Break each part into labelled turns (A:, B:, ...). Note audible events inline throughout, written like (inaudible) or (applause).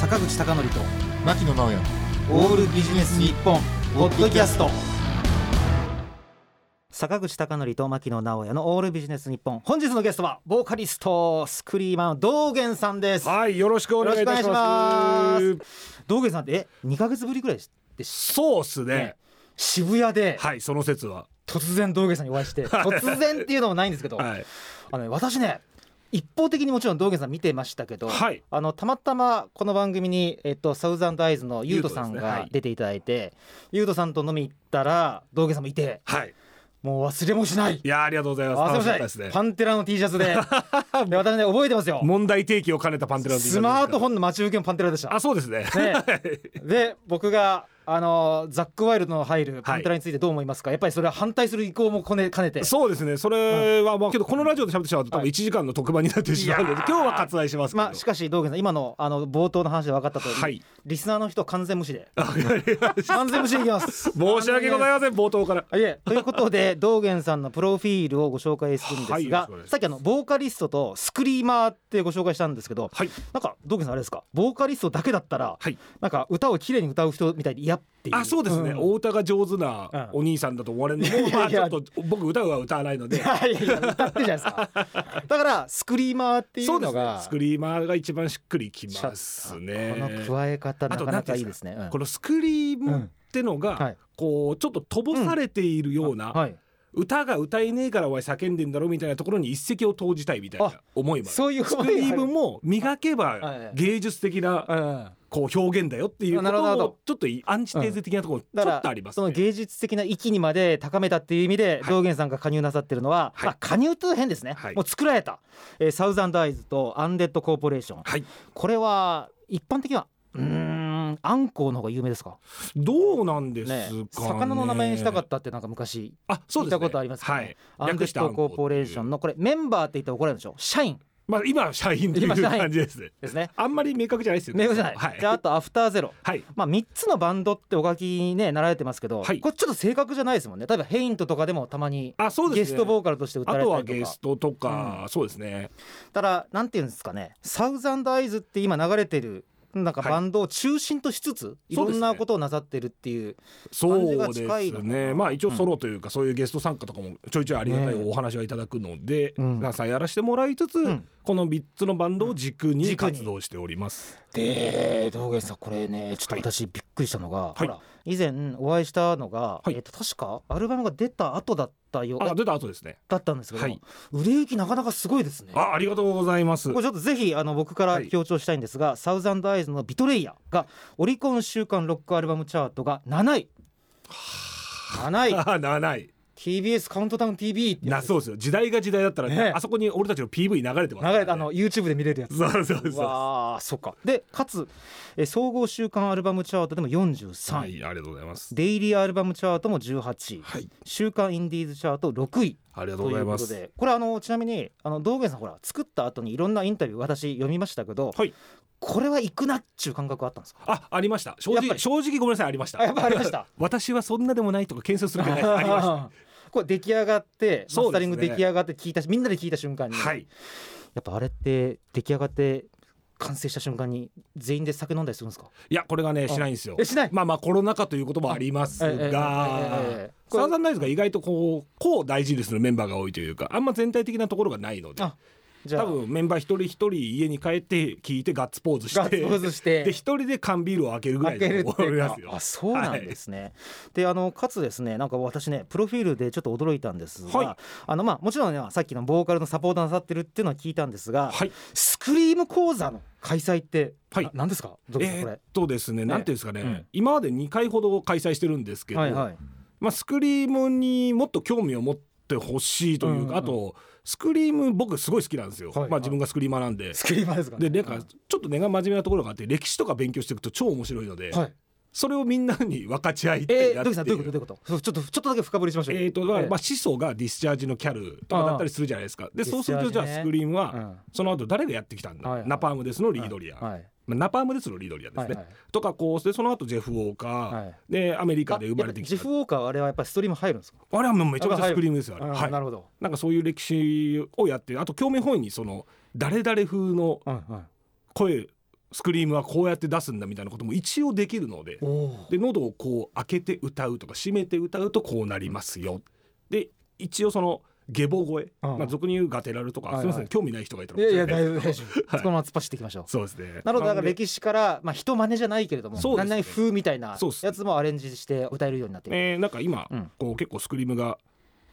A: 坂口孝則と
B: 牧野直哉
A: オールビジネス日本ポッドキャスト坂口孝則と牧野直哉のオールビジネス日本本日のゲストはボーカリストスクリーマーの道元さんですよ
C: はい、よろしくお
A: ろ
C: 願
A: しく
C: いい
A: お願い
C: たし
A: し
C: ま
A: ますす。道元さんってえ二ヶ月ぶりくらいでし
C: そうっすね。
A: ね渋谷で
C: はい、その説は。
A: 突然道元さんにお会いして突然っていうのもないんですけど
C: はい。
A: あのね私ね一方的にもちろん道元さん見てましたけど、
C: はい
A: あのたまたまこの番組に、えっと、サウザンドアイズのユウトさん
C: ユウトですねは
A: が
C: い
A: 出ていただいて、ユウトさんと飲み行ったら道元さんもいて
C: はい。
A: もう忘れもしない
C: いやー、ありがとうございます。
A: 忘れもしない
C: 楽しかったですね。
A: パンテラの T シャツでで私ね覚えてますよ
C: 問題提起を兼ねたパンテラの T シャツ
A: スマートフォ
C: ン。
A: ンの待ち受けもパンテラでした
C: あ、そうですね。
A: ねで僕があのザック・ワイルドの入るパンテラについてどう思いますか、やっぱりそれは反対する意向もこね兼ねて
C: (laughs) そうですね。それはまあけどこのラジオで喋ってしまうと多
A: は
C: 分
A: い
C: 1時間の特番になってしまうので、今日は割愛しますけど。
A: まあ、しかし道元さん今のあの冒頭の話で分かった通り、
C: はい
A: リスナーの人は完全無視で完全無視でいきます
C: 申し訳ございません。冒頭から。
A: あいえということ
C: (laughs)
A: で道元さんのプロフィールをご紹介するんで
C: は
A: す
C: いよろ
A: が、
C: しくお願いします
A: さっきあのボーカリストとスクリーマーってご紹介したんですけど、
C: はい。
A: なんか道元さんあれですかボーカリストだけだったら、
C: はい
A: なんか歌をきれいに歌う人みたいで嫌っていう
C: あそうですね、
A: ん
C: お歌が上手な
A: うん
C: お兄さんだと思われるの
A: いや
C: も、
A: いや
C: まあ
A: い
C: ちょ
A: や
C: っと僕歌うは歌わない
A: (laughs)
C: の
A: い
C: で
A: やいやいや歌ってるじゃないです
C: (laughs)
A: かだからスクリーマーってい
C: そううで
A: の
C: すね
A: が
C: スクリーマーが一番しっくりきますね
A: この加え方なかなかいいですねうん
C: このスクリームってのが、
A: うんはい
C: こうちょっと飛ばされているような、
A: はい
C: 歌が歌えねえからお前叫んでんだろみたいなところに一石を投じたいみたい
A: あ
C: な思いもある
A: そういう
C: スクリームも磨け
A: はいは
C: ば
A: い
C: 芸術的
A: う
C: なんこう表現だよっていうこ
A: なるほどな
C: と
A: るほど
C: をちょっといアンチテーゼ的なところ
A: だ
C: ちょ
A: か
C: っとあ
A: ら、
C: ります
A: その
C: ね。
A: 芸術的な域にまで高めたっていう意味で、
C: はい
A: 道元さんが加入なさってるのは、
C: はい
A: あ加入という変ですね、
C: はい
A: もう作られた、えーサウザンドアイズとアンデッドコーポレーション
C: はい、
A: これは一般的にはうーんアンコウの方が有名ですか
C: どうなんですか
A: ね
C: ね
A: 魚の名前にしたかったってなんか昔
C: あそう
A: 聞い
C: です
A: た
C: ね
A: ことありますけど、
C: はい
A: アンデ
C: 略
A: ッ
C: してアン
A: ド
C: コウ
A: コーポレーションのこれメンバーって言ったら怒られるんでしょ社員
C: まあ、今は社員という
A: 今社員
C: 感じですね
A: ですね
C: あんまり明確じゃないですよね
A: 名簿じゃない、
C: はい
A: であとアフターゼロ
C: はい、
A: まあ、3つのバンドってお書きにねなられてますけど、
C: はい
A: これちょっと正確じゃないですもんね例えばヘイントとかでもたまに
C: あそうで
A: ゲ
C: すね
A: ストボーカルとして歌
C: あ
A: われ
C: と
A: た
C: は
A: りとか
C: ゲストとか、そうですね
A: ただなんていうんですかねサウザンドアイズって今流れてるなんか
C: はい
A: バンドを中心としつつ、い、
C: そう
A: ろ
C: ですね
A: んなことをなさってるっていう
C: そう
A: 感
C: で
A: じが近い
C: す
A: のかな
C: ねまあ一応ソロというか、そういうゲスト参加とかもちょいちょいありがたいお話はいただくので、
A: うん
C: 皆さんやらせてもらいつつ、
A: うん
C: この3つのバンドを軸
A: 軸に
C: に活動しております、
A: で道元さんこれねちょっと私びっくりしたのが、
C: はい
A: ほら以前お会いしたのが、
C: はい
A: えっと確かアルバムが出た後だったよ
C: あ出た後ですね
A: だったんですけど、
C: はい
A: 売れ行きなかなかすごいですね。
C: あありがとうございます
A: これちょっとぜひあの僕から強調したいんですが、サウザンドアイズの「ビトレイヤー」がオリコン週間ロックアルバムチャートが7位7位
C: あ7位
A: TBS カウントダウン TV っていう
C: なそうですよ時代が時代だったら、ね
A: ね
C: あそこに俺たちの PV 流れてますから
A: 流
C: ね、
A: れあの YouTube で見れるやつ
C: そうそうそう
A: うわあそっかでかつえー総合週間アルバムチャートでも43位、
C: はいありがとうございます
A: デイリーアルバムチャートも18位、
C: はい
A: 週刊インディーズチャート6位
C: ありがとう
A: と
C: ご
A: い
C: ざいう
A: こ
C: ま
A: と
C: す
A: でこれあのちなみにあの道元さんほら作った後にいろんなインタビュー私読みましたけど、
C: はい
A: これは行くなっちゅう感覚あったんですか
C: あ、ありました。正
A: やっぱ
C: 直、
A: り
C: 正直ごめんなさい、ありました。
A: あやっぱありました
C: (laughs) 私はそんなでもないとか、検証する気
A: (laughs)
C: ない。 (laughs) ありました。
A: た。これ出来上がって、
C: そ
A: マ
C: うですね
A: スタリング出来上がって聞いたし、みんなで聞いた瞬間に、
C: はい。
A: やっぱあれって出来上がって完成した瞬間に全員で酒飲んだりするんですか。
C: いや、これがね、しないんですよ
A: え。しない。
C: まあまあ、コロナ禍ということもあります
A: えええええええ
C: が
A: え。
C: サーザンライズが意外とこう、こう大事にするメンバーが多いというか、あんま全体的なところがないので。
A: あじゃあ
C: 多分メンバー一人一人家に帰って聞いてガッツポーズして
A: ガッツポーズして
C: (laughs) で一人で缶ビールを開けるぐら
A: 開
C: い
A: ける
C: で
A: って
C: 終
A: い
C: わり
A: う
C: ま
A: か
C: すよ。
A: あそうなんですね、であのかつですねなんか私ねプロフィールでちょっと驚いたんですが、
C: はい
A: あのまあもちろんねさっきのボーカルのサポートなさってるっていうのは聞いたんですが、
C: はい。
A: スクリーム講座の開催って、
C: はい
A: な何ですかどうですか
C: え
A: こ
C: ー
A: れ
C: っ、とですね、なんていうんですかね、
A: うん
C: 今まで2回ほど開催してるんですけど、
A: はいはい
C: まあ、スクリームにもっと興味を持ってほしいというか、
A: うんうん
C: あとスクリーム僕すごい好きなんですよ、
A: はいはい
C: まあ、自分がスクリーマーなんで。
A: スクリーマーですか、
C: で
A: ね、
C: なんかちょっと根が真面目なところがあって歴史とか勉強していくと超面白いので、
A: はい
C: それをみんなに分かち合いた
A: え
C: い
A: ー、
C: な
A: ドキ
C: って
A: さんどういうことどういうことそ
C: いう。
A: うちょっとちょっとだけ深掘りしましょうよ
C: えーとだからまあ
A: え
C: 始祖がディスチャージのキャルとかだったりするじゃないですかで
A: デ
C: そ
A: ィ
C: う
A: ス
C: す
A: チャ
C: る
A: ージね
C: とじゃあスクリーム
A: う
C: は
A: ん
C: その後誰がやってきたんだ、
A: はいはい
C: ナパームですのリードリア、
A: はい
C: まあナパームですのリードリアですね、
A: はいはい
C: とかこうでその後ジェフ・ウォーカー、
A: はい
C: でアメリカで生まれてき
A: ジェ
C: た
A: フ・ウォーカーはあれはやっぱりストリーム入るんですか
C: あれはもうめちゃくちゃスクリームですよあれ
A: あ
C: はい
A: なるほど、
C: なんかそういう歴史をやってあと興味本位にその誰々風の
A: うんうん、
C: 声スクリームはこうやって出すんだみたいなことも一応できるので
A: おー
C: で喉をこう開けて歌うとか閉めて歌うとこうなりますよで一応その下ボ声、
A: うん
C: まあ、俗に言うガテラルとか、
A: はいはい
C: すみません興味ない人がいたら
A: いやいや大丈夫大丈
C: は
A: 夫
C: い
A: そこの突っ走っていきまし (laughs) ょう
C: そうですね
A: なるほどだから
C: で
A: 歴史からまあ人真似じゃないけれども
C: そうです
A: なん
C: ね
A: ない風みたいな
C: そうっす
A: やつもアレンジして歌えるようになってる
C: えーなんか今、
A: うん
C: こう結構スクリームが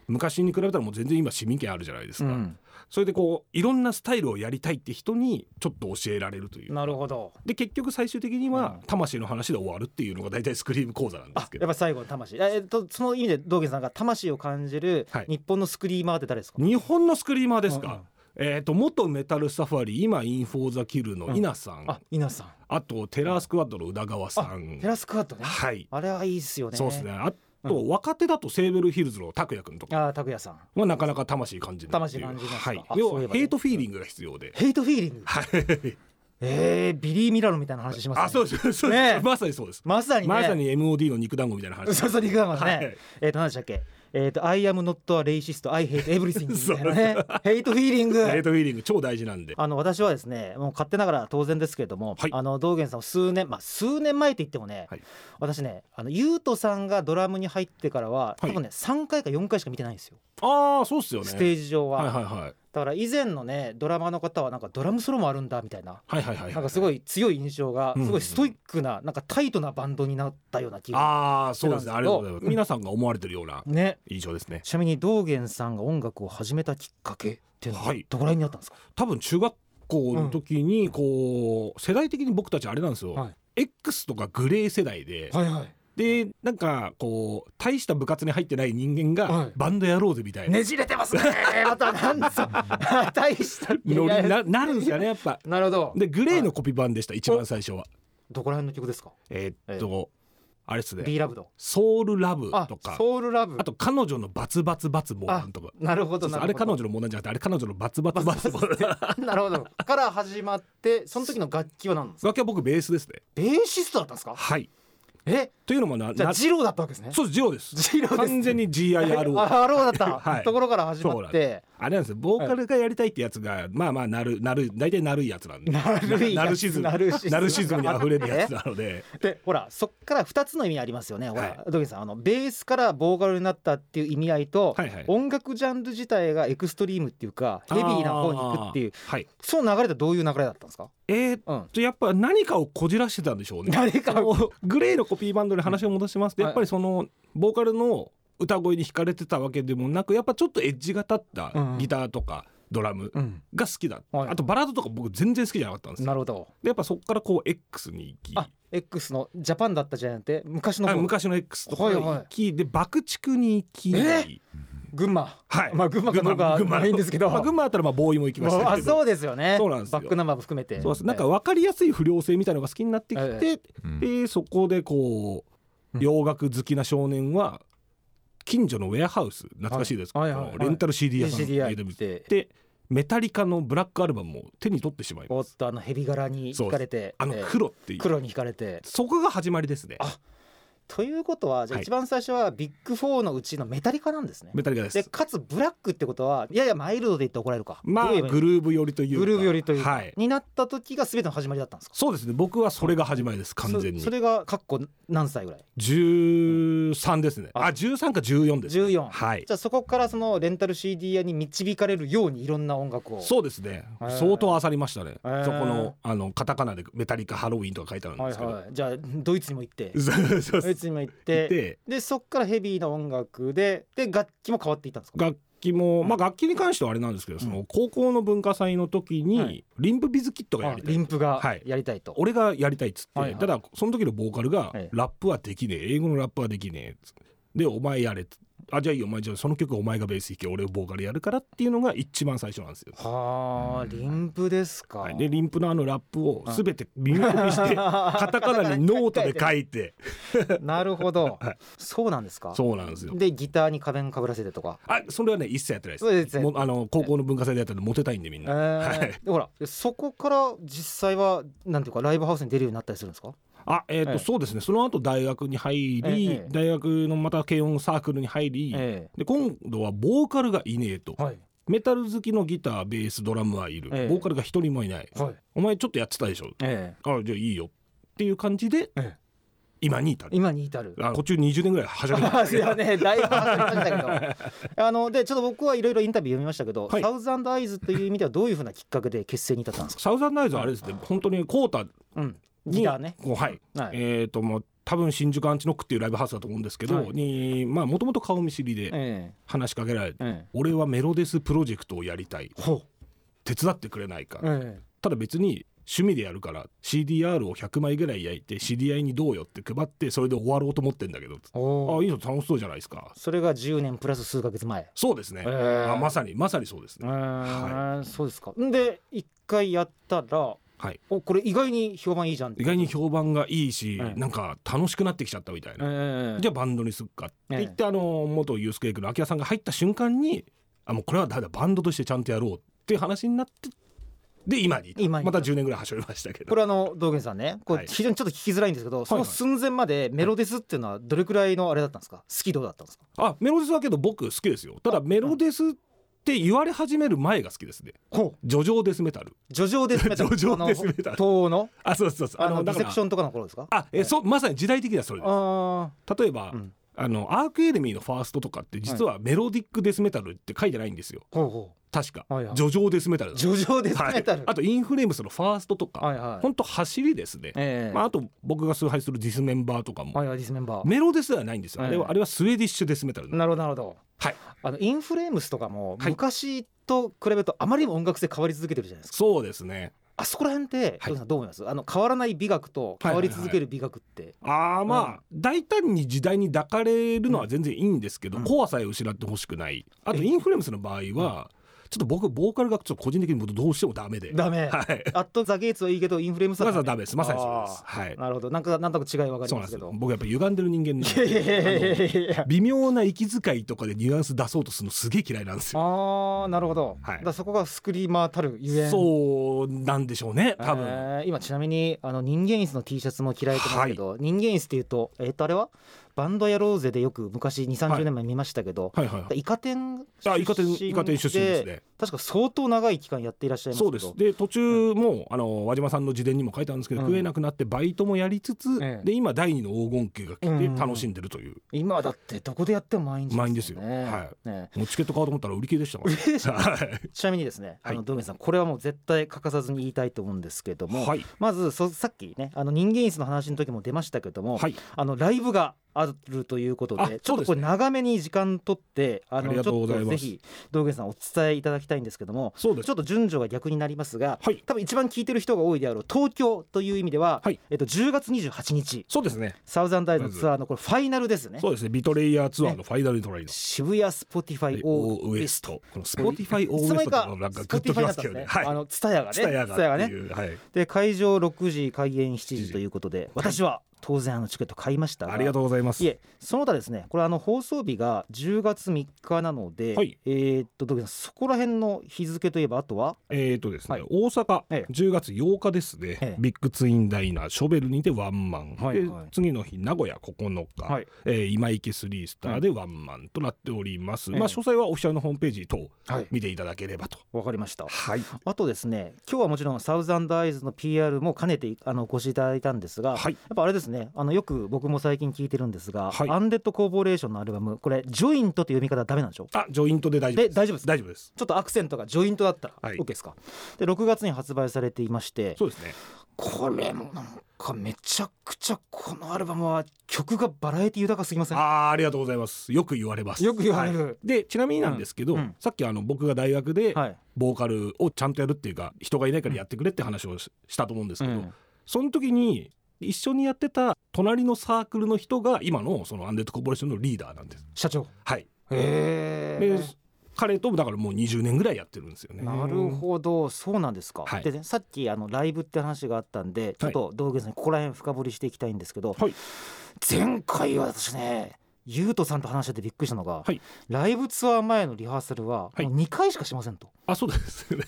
C: 昔に比べたらもう全然今市民権あるじゃないです
A: う
C: か、
A: ん
C: それでこういろんなスタイルをやりたいって人にちょっと教えられるという
A: なるほど
C: で結局最終的には魂の話で終わるっていうのが大体スクリーム講座なんで
A: あ
C: すけ
A: やっ
C: ど
A: ぱ最後の魂ええっとその意味で道元さんが魂を感じる
C: はい
A: 日本のスクリーマーって誰ですか
C: 日本のスクリーマーですか、
A: うんうん
C: えー、と元メタルサファリ今インフォーザキルの稲さん、
A: あ稲さん
C: あとテラースクワッドの宇田川さん
A: テラスクワットね
C: はい
A: あれはいいっすよね
C: そうですねあ
A: う
C: と若手だとセーベルヒルズの拓也君とか
A: ああ拓也さん
C: はなかなか魂感じる
A: 魂感じますか
C: はい
A: あ
C: 要
A: そういえ
C: は
A: ばね
C: ヘイトフィーリングが必要で
A: ヘイトフィーリング
C: はい
A: えービリー・ミラノみたいな話しますね
C: あそうですそうです、
A: ねえ
C: まさにそうです、
A: まさにね
C: まさに MOD の肉団子みたいな話
A: (laughs) そうそう肉団子ね、
C: はい
A: えっ、と何でしたっけえっ、と「I am not a racist I hate everything」みたいなね
C: そう
A: ヘイトフィーリング
C: ヘイトフィーリング超大事なんで
A: あの私はですねもう勝手ながら当然ですけれども、
C: はい
A: あの道元さんを数年まあ数年前と言ってもね、
C: はい
A: 私ねあの優斗さんがドラムに入ってからは多分ね、3回か4回しか見てないんですよ
C: ああそうっすよね
A: ステージ上は、
C: はいはいはい
A: だから以前のねドラマーの方はなんかドラムソロもあるんだみたいな
C: はいはいはい
A: なんかすごい強い印象が
C: うん
A: すごいストイックななんかタイトなバンドになったような気が、
C: ああそうですねありがとうございます、
A: うん
C: 皆さんが思われてるような
A: ね
C: 印象ですね
A: ちなみに道元さんが音楽を始めたきっかけっていうのは
C: はい
A: どこら辺にあったんですか、
C: 多分中学校の時にこう世代的に僕たちあれなんですよ、
A: はい
C: X とかグレー世代で、
A: はいはい
C: でなんかこう大した部活に入ってない人間
A: は
C: が
A: い
C: バンドやろうぜみたいな、
A: ねじれて
C: (laughs)
A: ますねまたなんさ (laughs) 大したって
C: ノリにななるんですよねやっぱ
A: なるほど
C: でグレーのコピー版でした、一番最初は
A: どこら辺の曲ですか
C: えーっと、あれですね
A: B ラブド
C: 「ソウルラブ
A: あ」
C: とか
A: ソウルラブ
C: あと「彼女のバツバツバツボーン」とか
A: なるほ
C: そ
A: ど
C: うそう
A: な
C: あ
A: る
C: れ
A: ほ
C: 彼
A: ど
C: 女のものじゃなくてあれ彼女のバツバツバツボー
A: (laughs)
C: ン
A: なるほどから始まってその時の楽器は何なんですか
C: 楽器は僕ベースですね
A: ベーシストだったんですか
C: はい
A: え
C: というのもな
A: じゃあ
C: な
A: ジローだったわけですね
C: そうですジオです
A: ジローです
C: 完全に GIRO
A: あ RO だった、
C: はい
A: ところから始まって
C: あれなんですよボーカルがやりたいってやつが、まあまあなるなる大体なるいやつなんで
A: なるいやつ
C: ナルシズム
A: ナルシズム
C: ナルシズムに溢れるやつなので
A: でほらそっから2つの意味ありますよねほ
C: はい
A: ら土下、さんあのベースからボーカルになったっていう意味合いと、
C: はいはい
A: 音楽ジャンル自体がエクストリームっていうかヘビーな方に行くっていう
C: あーはい
A: その流れってどういう流れだったんですか、
C: えー、 (laughs)
A: うん、
C: とやっぱ何かをこじらしてたんでしょうね
A: 誰かを
C: そのグレーのコピーバンドに話を戻しますと、
A: うん
C: やっぱりそのボーカルの歌声に惹かれてたわけでもなくやっぱちょっとエッジが立った
A: うん
C: ギターとかドラム
A: うん、
C: が好きだ、
A: はい
C: あとバラードとか僕全然好きじゃなかったんですよ
A: なるほど
C: でやっぱそこからこう X に行き
A: あ X のジャパンだったじゃなくて昔の
C: あ
A: 方
C: 昔の X とかに
A: はいは
C: 行き、で爆竹に行き、
A: え群馬
C: はい
A: まあ群馬かどうかないんですけど
C: まあ、群馬だったらまあボーイも行きましたけど、
A: あそうですよね
C: そうなんですよ
A: バックナンバーも含めて
C: そうですなんか分かりやすい不良性みたいなのが好きになってきて、
A: え
C: でそこでこ
A: う
C: うん洋楽好きな少年は近所のウェアハウス懐かしいですけど、
A: はいはいはい
C: レンタル CD 屋さんに
A: CDI
C: 入れ
A: って
C: でメタリカのブラックアルバムを手に取ってしまい
A: お
C: ま
A: っ
C: す
A: とあのヘビ柄に惹かれて
C: あの
A: えー
C: 黒っていう、
A: 黒に惹かれて
C: そこが始まりですね
A: あということはじゃあ
C: はい
A: 一番最初はビッグフォーのうちのメタリカなんですね、
C: メタリカです
A: でかつブラックってことはいやいやマイルドで言って怒られるか
C: ま
A: ど
C: あ
A: う言えばいい
C: グルーブ寄りというか
A: グルーブ寄りというか
C: はい、
A: になった時が全ての始まりだったんですか
C: そうですね僕はそれが始まりです完全に
A: そそれがかっこ何歳ぐらい
C: 13ですね
A: あ
C: あ13か14です
A: 14、
C: はい
A: じゃあそこからそのレンタル CD 屋に導かれるようにいろんな音楽を
C: そうですね
A: へー
C: 相当漁りましたね、
A: へー
C: そこのあのカタカナで「メタリカハロウィン」とか書いてあるん
A: は
C: で
A: い
C: すけど、
A: はいじゃあドイツにも行って
C: そうそう
A: ド
C: そう
A: イツにも行って
C: で
A: でそっからヘビーな音楽でで楽器も変わっていったんですか
C: 楽器も、まあ、楽器に関してはあれなんですけど、その高校の文化祭の時に、
A: はい
C: リンプビズキットがや
A: あ
C: りた
A: リ
C: い
A: ンプが
C: はい
A: やりたいと、
C: 俺がやりたいっつって、
A: はいはい
C: ただその時のボーカルが
A: はい
C: 「ラップはできねえ英語のラップはできねえっつって」でお前やれっつって」あじゃあいいよお前じゃあその曲お前がベース弾け俺をボーカルやるから」っていうのが一番最初なんですよ。
A: はあ、リンプですか。
C: はい、でリンプのあのラップを全て耳コピ
A: (laughs)
C: してカタカナにノートで書いて
A: なるほ
C: (laughs)
A: ど、そうなんですか。
C: そうなんですよ。
A: でギターに花弁かぶらせてとか。
C: あそれはね一切やってない
A: そうで
C: ですす。
A: ね
C: もうあの高校の文化祭でやったんでモテたいんでみん
A: え
C: な。
A: ー
C: はい
A: でほらでそこから実際はなんていうかライブハウスに出るようになったりするんですか。
C: あえっ、と、
A: ええ
C: そうですねその後大学に入り、
A: ええ
C: 大学のまた軽音サークルに入り、
A: え
C: で今度はボーカルがいねえと、
A: えはい。
C: メタル好きのギターベースドラムはいる、
A: ええ
C: ボーカルが一人もいない、
A: はい
C: お前ちょっとやってたでしょ
A: え
C: あじゃあいいよっていう感じで、
A: え
C: 今に至
A: え
C: る
A: 今に至
C: (laughs)
A: る
C: あ途中20年ぐらいはしゃ
A: (laughs)
C: ぎ
A: あすいませんだいぶ話しましたけ
C: (laughs)
A: どあのでちょっと僕はいろいろインタビュー読みましたけど、
C: はい
A: サウザンドアイズという意味ではどういうふうなきっかけで結成に至ったんですか、
C: サウザンダイズはあれですね本当にコータ
A: うん、
C: に
A: ギターね、
C: こうはい、
A: はい
C: えっ、ともう多分新宿アンチノックっていうライブハウスだと思うんですけど、
A: はい
C: にまあもともと顔見知りで
A: え
C: 話しかけられて、
A: ええ
C: 俺はメロデスプロジェクトをやりたい
A: えほ
C: 手伝ってくれないか、
A: う、え
C: ただ別に趣味でやるから CDR を100枚ぐらい焼いて知り合いにどうよって配ってそれで終わろうと思ってんだけど
A: え、お
C: あ
A: お
C: いいの楽しそうじゃないですか
A: それが10年プラス数ヶ月前
C: そうですね、
A: ええ
C: あまさにまさにそうです
A: え
C: ね、
A: ーそうですかんで一回やったら
C: はい
A: おこれ意外に評判いいじゃんって
C: 意外に評判がいいし、
A: ええ
C: なんか楽しくなってきちゃったみたいな、
A: ええ
C: じゃあバンドにすっかって言って、あの元ユースケークの秋谷さんが入った瞬間にあもうこれはただバンドとしてちゃんとやろうっていう話になってで今に至る
A: 今に至
C: ま
A: る
C: た10年ぐらいはしょりましたけど
A: これあの道元さんねこ
C: は
A: れ
C: い
A: 非常にちょっと聞きづらいんですけど、そ
C: は
A: の
C: いはい
A: 寸前までメロデスっていうのはどれくらいのあれだったんですか好き度だったんですか
C: あメロデスはけど僕好きですよただメロデスって言われ始める前が好きですね (laughs)
A: ほう
C: ジョジョデスメタル
A: 叙情デスメタル
C: 叙情デスメタ
A: あの
C: ル
A: 東欧の
C: あそうそうそう
A: あのデ
C: だ
A: ィ
C: か
A: セ
C: ら
A: クションとかの頃ですか
C: あえそうまさに時代的にはそれで
A: あ
C: す例えば、
A: あうん
C: あのアークエレミーのファーストとかって実はメロディックデスメタルって書いてないんですよ
A: ほうほ
C: 確か
A: はいはい
C: ジョジョデスメタル
A: う
C: だ
A: 叙情デスメタル、
C: はい、あとインフレームスのファーストとか、
A: はいはい
C: ほんと走りですね、
A: ええ
C: まあ、あと僕が崇拝するディスメンバーとかも、
A: はいはいディスメンバー
C: メロデスではないんですよ、あれ
A: え
C: は
A: え
C: あれはスウェーディッシュデスメタルなんで
A: なるほどなるほど
C: はい
A: あのインフレームスとかも
C: はい
A: 昔と比べるとあまりにも音楽性変わり続けてるじゃないですか
C: すそうですね
A: あそこら辺って、
C: はい
A: どうさんどう思いますあの変わらない美学と変わり続ける美学って、
C: ああまあ、大胆に時代に抱かれるのは全然いいんですけど、
A: うん
C: 怖さえ失ってほしくないあと
A: え
C: インフレームスの場合は、ちょっと僕ボーカルがちょっと個人的に僕どうしてもダメで
A: ダメ、
C: はい
A: アットザゲイツはいいけどインフレームス
C: まずはダメですまさにそうで
A: あ
C: すはい
A: ーなるほどなんかなんとなく違いわかり
C: そうな
A: ま
C: んです
A: け
C: す
A: ど
C: よ僕やっぱ歪んでる人間なん
A: いやいやいやい
C: で
A: やいやい
C: あ
A: や
C: の微妙な息遣いとかでニュアンス出そうとするのすげえ嫌いなんですよ
A: ああなるほど、
C: はい
A: だからそこがスクリーマーたるゆえん
C: そうなんでしょうね多分、
A: えー今ちなみにあの人間椅子の T シャツも着られてますけど、人間椅子っていうとえっ、とあれはバンドやろうぜでよく昔2 3 0年前見ましたけど、
C: はいはいはい
A: イカ天出
C: あ
A: 身
C: イカ天イカ天出身ですね
A: 確か相当長い期間やっていらっしゃいますけ
C: そう
A: ど
C: ですで途中も、あの和島さんの自伝にも書いてあるんですけど、
A: うん
C: 食えなくなってバイトもやりつつ、
A: ええ
C: で今第二の黄金期が
A: う
C: 来て
A: ん
C: 楽しんでるという、
A: 今だってどこでやっても満員
C: 満員ですよは
A: ね
C: もうチケット買おうと思ったら売り切れでしたか
A: (laughs)
C: ら
A: 売り切れでした
C: はい
A: ちなみにですね、あ
C: は
A: の
C: い
A: ドーメンさんこれはもう絶対欠かさずに言いたいと思うんですけども、
C: はい
A: まずそさっきねあの人間椅子の話の時も出ましたけども、
C: はい
A: あのライブがあるということで
C: あそうですね
A: ちょっとこれ長めに時間取ってあ
C: あり
A: の
C: が
A: ち
C: とう
A: ょ
C: ご
A: っ
C: ざい
A: と
C: ます
A: ぜひ道元さんお伝えいただきたいんですけども
C: そうです
A: ちょっと順序が逆になりますが、
C: はい
A: 多分一番聞いてる人が多いであろう東京という意味では、
C: はい
A: えっと、10月28日
C: そうですね
A: サウザンダイズのツアーのこれファイナルですね
C: そうですねビトレイヤーツアーのファイナルトライの、
A: 渋谷スポティファイオー
C: オーウエストこのスポティファイオーウエストとかなんかグッときますけどね
A: あ
C: はい
A: のツタヤがね。
C: ツタヤ
A: ツタヤ
C: が
A: が
C: って
A: ね。
C: いう、はい
A: で会場6時開演7時ということで、私は当然あのチケット買いましたが。
C: ありがとうございます
A: いえその他ですねこれあの放送日が10月3日なので、
C: はい
A: えーっとどうさんそこら辺の日付といえばあとは
C: えーとです
A: は
C: ね、
A: い
C: 大阪、
A: ええ
C: 10月8日ですね、
A: ええ
C: ビッグツインダイナーショベルにてワンマン、
A: はいはい
C: で次の日名古屋9日、
A: はい
C: えー今池スリースターでワンマンとなっております、
A: ええ
C: まあ詳細はオフィシャルのホームページ等
A: はい
C: 見ていただければと
A: わかりました。
C: はい
A: あとですね今日はもちろんサウザンドアイズの PR も兼ねてあのお越しいただいたんですが、
C: はい
A: やっぱあれですねあのよく僕も最近聞いてるんですが、
C: はい
A: アンデッドコーポレーションのアルバムこれジョイントという読み方ダメなんでしょ
C: あジョイントで大丈夫です
A: で大丈夫です
C: 大丈夫です
A: ちょっとアクセントがジョイントだったら
C: はい
A: OK ですか、で6月に発売されていまして
C: そうですね
A: これもなんかめちゃくちゃこのアルバムは曲がバラエティ豊かすぎません
C: あーありがとうございますよく言われます
A: よく言われる
C: はいでちなみになんですけど、
A: うんうん
C: さっきあの僕が大学で
A: はい
C: ボーカルをちゃんとやるっていうか人がいないからやってくれって話をししたと思うんですけど、
A: うん
C: その時に一緒にやってた隣のサークルの人が今のそのアンデッドコーポレーションのリーダーなんです。
A: 社長
C: はい、
A: へ
C: で彼とだからもう20年ぐらいやってるんですよね。
A: なるほどそうなんですか、
C: はい
A: でねさっきあのライブって話があったんでちょっと道具さんにここら辺深掘りしていきたいんですけど、
C: はい
A: 前回は私ねゆうとさんと話しててびっくりしたのが、
C: はい
A: ライブツアー前のリハーサルは
C: はい
A: もう2回しかしませんと、
C: あそ
A: (laughs)
C: うですよね。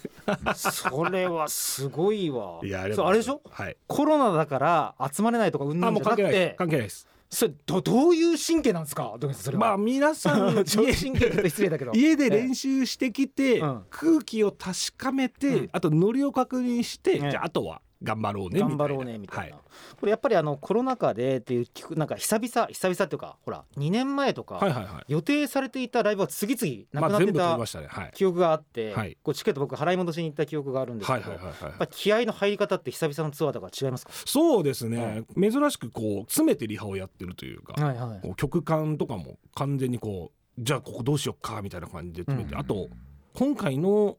A: それはすごいわそうあれでしょ
C: はい。
A: コロナだから集まれないとかうん
C: あ
A: ぬん
C: も
A: じゃ
C: う
A: なく
C: 関係ないです
A: て
C: 関係ないです。
A: それどどういう神経なんですかどうですそれ
C: まあ
A: は、
C: 皆さ
A: (laughs)
C: ん
A: 上神経
C: 家
A: って言うと失礼だけど
C: 家で練習してきて、
A: うん
C: 空気を確かめて、
A: うん
C: あとノリを確認し
A: え
C: て、
A: え
C: じゃああとは頑張ろうねみたいな
A: 頑張ろうねみたいな、
C: は
A: これやっぱりあのコロナ禍でっていう聞くなんか久々久々っていうかほら2年前とか、
C: い、はいはいはい
A: 予定されていたライブは次々なく
C: ま
A: な
C: あ
A: って
C: 全部取り
A: た
C: ましたねはい
A: 記憶があって、
C: はい
A: こうチケット僕払い戻しに行った記憶があるんです
C: は
A: け
C: い
A: ど、
C: はいはい
A: や
C: はい
A: っぱ気合の入り方って久々のツアーとか違いますか、
C: そうですね、珍しくこう詰めてリハをやってるというか、
A: はいはい
C: こう曲感とかも完全にこうじゃあここどうしよっかみたいな感じで詰めて、
A: うん
C: あと今回の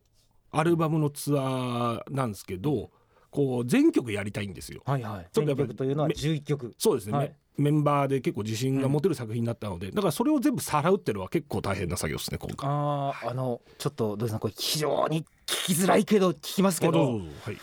C: アルバムのツアーなんですけどこう全曲やりたいんですよ。
A: はいはい
C: ちょっと
A: 全
C: やっぱり
A: 曲というのは11曲
C: そうですね、
A: はい
C: メンバーで結構自信が持てる作品だったので、だからそれを全部さらうっていうのは結構大変な作業ですね今回。
A: あーあのちょっとどうですかこれ非常に聞きづらいけど聞きますけ
C: あどう
A: ど
C: ぞどうぞはい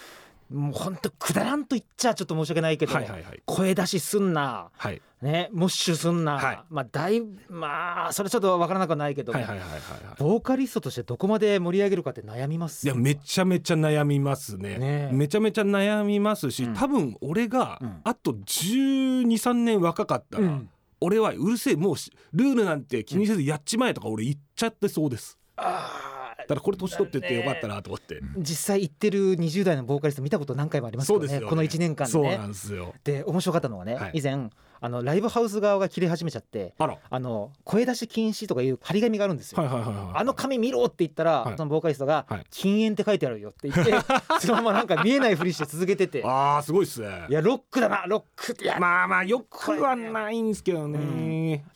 A: もう本当くだらんと言っちゃちょっと申し訳ないけど、
C: はいはいはい
A: 声出しすんな
C: はい
A: ねモッシュすんな、
C: はい
A: まあだいぶまあそれちょっとわからなくはないけど、
C: はいはいはいはいはい
A: ボーカリストとしてどこまで盛り上げるかって悩みます
C: いやめちゃめちゃ悩みますね
A: ねえ
C: めちゃめちゃ悩みますし、
A: うん
C: 多分俺が
A: うん
C: あと1 2 3年若かったら、
A: うん
C: 俺はうるせえもうしルールなんて気にせずやっちまえとか俺言っちゃってそうです
A: あー
C: だからこれ年取ってってよかったなと思って、
A: 実際行ってる20代のボーカリスト見たこと何回もあります
C: そ
A: よ
C: うで
A: ね
C: すよ、ね、
A: この1年間で
C: そうな
A: ね
C: んですよ
A: で面白かったのはね、
C: はい
A: 以前あのライブハウス側が切れ始めちゃって
C: あらは
A: あの声出し禁止とかいう張り紙があるんですよ、
C: いはいはいはい
A: あの紙見ろって言ったら、
C: はい
A: そのボーカリストが
C: はい
A: 「禁煙って書いてあるよ」って言
C: (laughs)
A: って、そのままなんか見えないふりして続けてて「
C: あーすごいっすね
A: いやロックだなロック」っていや
C: まあまあよくはないんですけどね、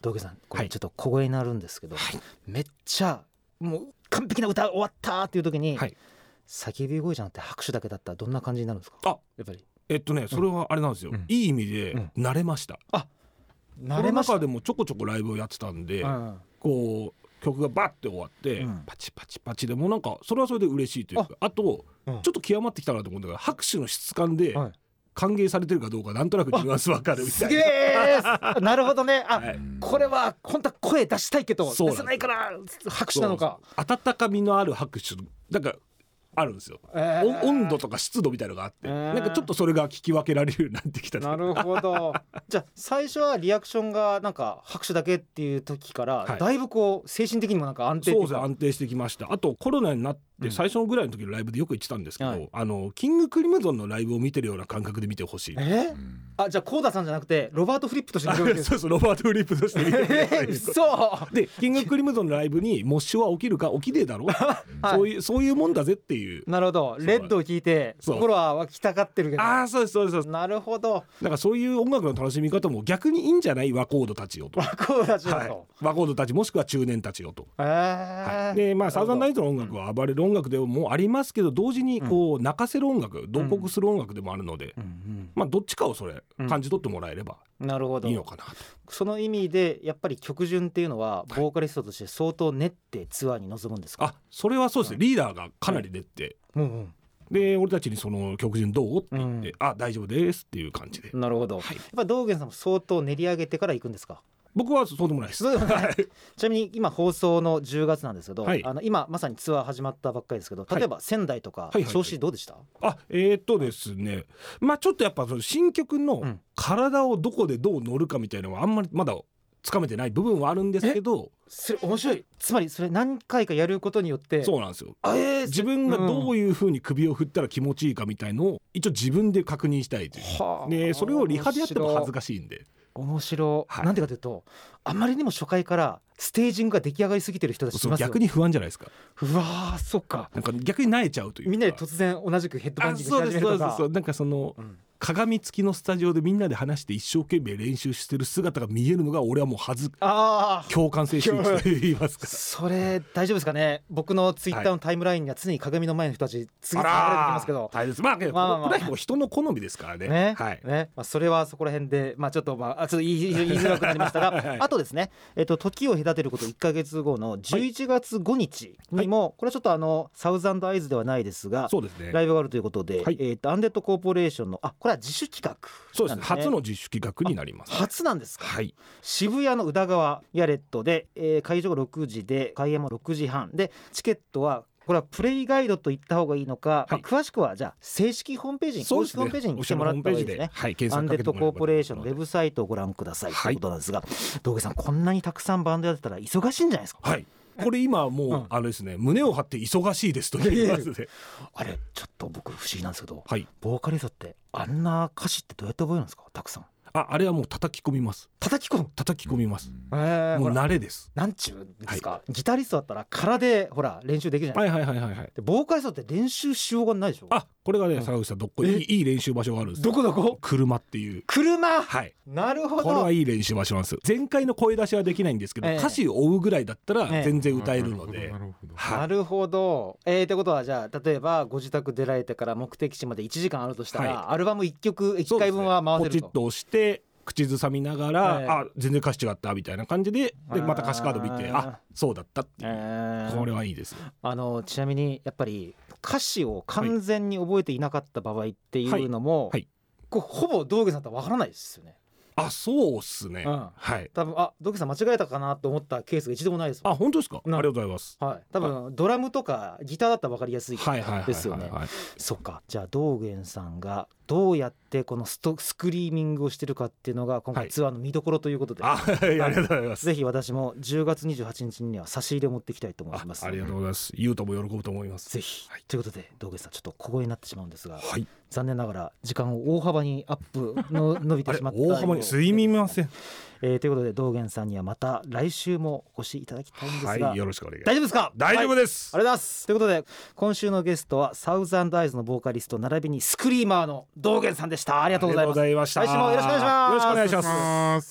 A: 道下さんこ
C: は
A: れ
C: い
A: ちょっと小声になるんですけど、
C: はい
A: めっちゃもう完璧な歌終わったっていう時に、
C: はい
A: 叫び声じゃなくて拍手だけだったらどんな感じになるんですか
C: あ
A: やっぱり
C: えっとねそれはあれなんですよ、
A: うん
C: いい意味で
A: うん
C: 慣れました、
A: 慣
C: コロ
A: れ
C: ナ
A: ました
C: 禍でもちょこちょこライブをやってたんで、
A: うん
C: こう曲がバッて終わって、
A: うん
C: パチパチパチでもうなんかそれはそれで嬉しいというかあと、
A: うん
C: ちょっと極まってきたなと思うんだけど拍手の質感で
A: はい
C: 歓迎されてるかどうかなんとなくニュアンスわかるみた
A: す
C: い
A: げ
C: な。
A: えー (laughs) なるほどねあ、
C: はい
A: これは本当は声出したいけど
C: そう
A: 出
C: なんです
A: せないから拍手なのか、
C: 温かみのある拍手なんかあるんですよ、
A: えー
C: お温度とか湿度みたいのがあって、
A: えー
C: なんかちょっとそれが聞き分けられるようになってきた
A: なるほど (laughs) じゃあ最初はリアクションがなんか拍手だけっていう時から、
C: はい
A: だいぶこう精神的にもなんか安定
C: そう
A: っていう
C: ですね
A: か
C: 安定してきましたあとコロナになっ
A: うん
C: て最初のぐらいの時のライブでよく言ってたんですけど、
A: はい
C: あのキングクリムゾンのライブを見てるような感覚で見てほしい
A: えーあじゃあコーダさんじゃなくてロバート・フリップとして見てるわけです
C: そうそうロバート・フリップとして見てるような
A: え
C: 感
A: ー、 (laughs)
C: 覚
A: 嘘は
C: でキングクリムゾンのライブに「モッシュは起きるか起きねえ
A: (laughs)
C: だろ、そういうそういうもんだぜ」っていう
A: なるほど
C: う
A: レッドを聞いて
C: そう
A: 心は沸きたがってるけど
C: ああそうですそうですそうで
A: なるほど
C: すだからそういう音楽の楽しみ方も逆にいいんじゃない和コードたちよと、は
A: 和光だしだ
C: い
A: と、、
C: 和コードたちもしくは中年たちよと。
A: えー
C: はい、でまあ
A: な
C: サ
A: るほ
C: ウ
A: ど
C: ザンナイトの音楽は暴れる音楽でもありますけど同時にこう泣かせる音楽同国する音楽でもあるので、
A: うん
C: まあどっちかをそれ
A: うん
C: 感じ取ってもらえれば
A: うんなるほど
C: いいのかなと、
A: その意味でやっぱり曲順っていうのはボーカリストとして相当練ってツアーに臨むんですか、
C: あそれはそうですねリーダーがかなり出て、
A: うん
C: で俺たちにその曲順どうって
A: うん
C: 言って、あ大丈夫ですっていう感じで
A: うん、なるほど、
C: はい
A: やっぱ道元さんも相当練り上げてから行くんですか
C: 僕はそうでもないです。
A: そうでもないちなみに今放送の10月なんですけど、
C: はい
A: あの今まさにツアー始まったばっかりですけど
C: はい
A: 例えば仙台とか
C: いはいはい
A: 調子どうでした、
C: あえーっとですねまあちょっとやっぱその新曲
A: う
C: の
A: ん
C: 体をどこでどう乗るかみたいなのはあんまりまだつかめてない部分はあるんですけど
A: それ面白いつまりそれ何回かやることによって
C: そうなんですよ。
A: あえー
C: 自分がどういうふうに首を振ったら気持ちいいかみたいのを一応自分で確認したいという。
A: はあ
C: でそれをリハでやっても恥ずかしいんで
A: 面白い
C: はい
A: なんでかというとあまりにも初回からステージングが出来上がりすぎてる人たちい
C: そう
A: ますよ
C: 逆に不安じゃないですか
A: うわーそっか
C: なんか逆に萎えちゃうというか
A: みんなで突然同じくヘッドバン
C: あ
A: ギング
C: そうで
A: し始
C: す
A: めると
C: そうです
A: か
C: そうなんかその
A: うん
C: 鏡付きのスタジオでみんなで話して一生懸命練習してる姿が見えるのが俺はもう恥ず (laughs)
A: ああ
C: 共感性周知と言いますか
A: それ大丈夫ですかね僕のツイッターのタイムラインには常に鏡の前の人たち次々流れて (laughs) きますけど
C: あらー大変です。まあ、
A: まあまあまあ
C: これはもう人の好みですからね。
A: ね、
C: はい。
A: ね、まあ、それはそこら辺で、まあ、ちょっと、まあ、あちょっと言い言いづらくなりましたが、
C: (laughs) はい
A: あとですね。えっと、時を隔てること1ヶ月後の11月5日にも、これはちょっと、あの、サウザンドアイズではないですが。
C: そうですね
A: ラ。イブがあるということで、
C: はい
A: えっと、アンデッドコーポレーションの、あ、これは自主企画、
C: そうです
A: な
C: ね。
A: ん
C: 初の自主企画になります。
A: 初なんですか。
C: はい。
A: 渋谷の宇田川ヤレットで、えー会場が6時で開演も6時半でチケットはこれはプレイガイドと言った方がいいのか、
C: はい
A: まあ詳しくはじゃあ正式ホームページに公式ホームページに来てもらった方がいいですね。
C: はい、検
A: アン
C: 索
A: デ
C: か
A: ッド
C: けてもら
A: コ
C: え
A: ーポレーションのウ
C: ば
A: ェブサイトをご覧くださいと
C: はいいう
A: ことなんですが、道下さんこんなにたくさんバンドやってたら忙しいんじゃないですか。
C: はい。これ今もう、
A: うん
C: あれですね、胸を張って忙しいですと言いますね。
A: あれちょっと僕不思議なんですけど、
C: はい。
A: ボーカリストってあんな歌詞ってどうやって覚えるんですか。たくさん
C: あ、あれはもう叩き込みます。
A: 叩き込む。
C: 叩き込みます。
A: え
C: もう慣れです。
A: なんちゅうんですか、ギタリストだったら空でほら練習できるじゃない
C: はいはいはいはいはい。
A: でボーカリストって練習しようがないでしょ
C: あ、これが
A: う
C: ね、
A: ん
C: 坂口さん、どっこいい、いい練習場所があるんですよ。
A: どこどこ
C: 車っていう。
A: 車
C: はい。
A: なるほ
C: これ
A: ど
C: はいい練習場所なんですよ。前回の声出しはできないんですけど、
A: ええ
C: 歌詞を追うぐらいだった
A: ええ
C: ら、全然歌えるので。
B: なるほど
A: な
C: はい。
A: るほどえー、ってことはじゃあ例えばご自宅出られてから目的地まで1時間あるとしたら、
C: は
A: アルバム1曲1回分は回せ
C: ポチ
A: る
C: ッ
A: と
C: と押して。口ずさみながら、
A: ええ
C: あ全然歌詞違ったみたいな感じででまた歌詞カード見て
A: あー
C: あそうだったって
A: え
C: いう、
A: ー
C: これはいいですよ
A: あのちなみにやっぱり歌詞を完全に覚えていなかった場合っていうのも、
C: はいはい
A: こうほぼ道下さんとは分からないですよね
C: あそうっすね、
A: うん
C: はい
A: 多分あ道下さん間違えたかなと思ったケースが一度もないですもん
C: あ本当ですかあり
A: な
C: がとうございます
A: はい、多分ドラムとかギターだったら分かりやすい
C: はいはいはいはいはい
A: ですよねそっかじゃあ道元さんがどうやってこのストスクリーミングをしてるかっていうのが今
C: は
A: 回
C: い
A: ツアーの見どころということで、
C: あ (laughs) はいありがとうございます
A: ぜひ私も10月28日には差し入れを持っていきたいと思
C: あ
A: います
C: ありがとうございます言うとも喜ぶと思います
A: ぜひ、
C: はい
A: ということで道元さんちょっと小声になってしまうんですが
C: はい
A: 残念ながら時間を大幅にアップの伸び
C: あ
A: て
C: れ
A: しまった
C: 大幅にすいませ
A: ん、
C: ん
A: えーということで道元さんにはまた来週もお越しいただきたいんですが、
C: はいよろしくお願いしま
A: 大丈
C: す
A: 夫ですか
C: 大丈夫です、
A: ありがとうございますということで今週のゲストはサウザンドアイズのボーカリスト並びにスクリーマーの道元さんでしたありがとうございます
C: ありがとうござ
A: 来週もよろし
C: いました
A: くお願いします
C: よろしくお願いしま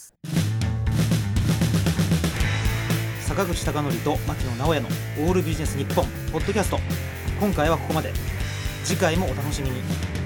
C: す
B: ます
A: 坂口孝則と牧野直哉の「オールビジネス日本ポッドキャスト今回はここまで次回もお楽しみに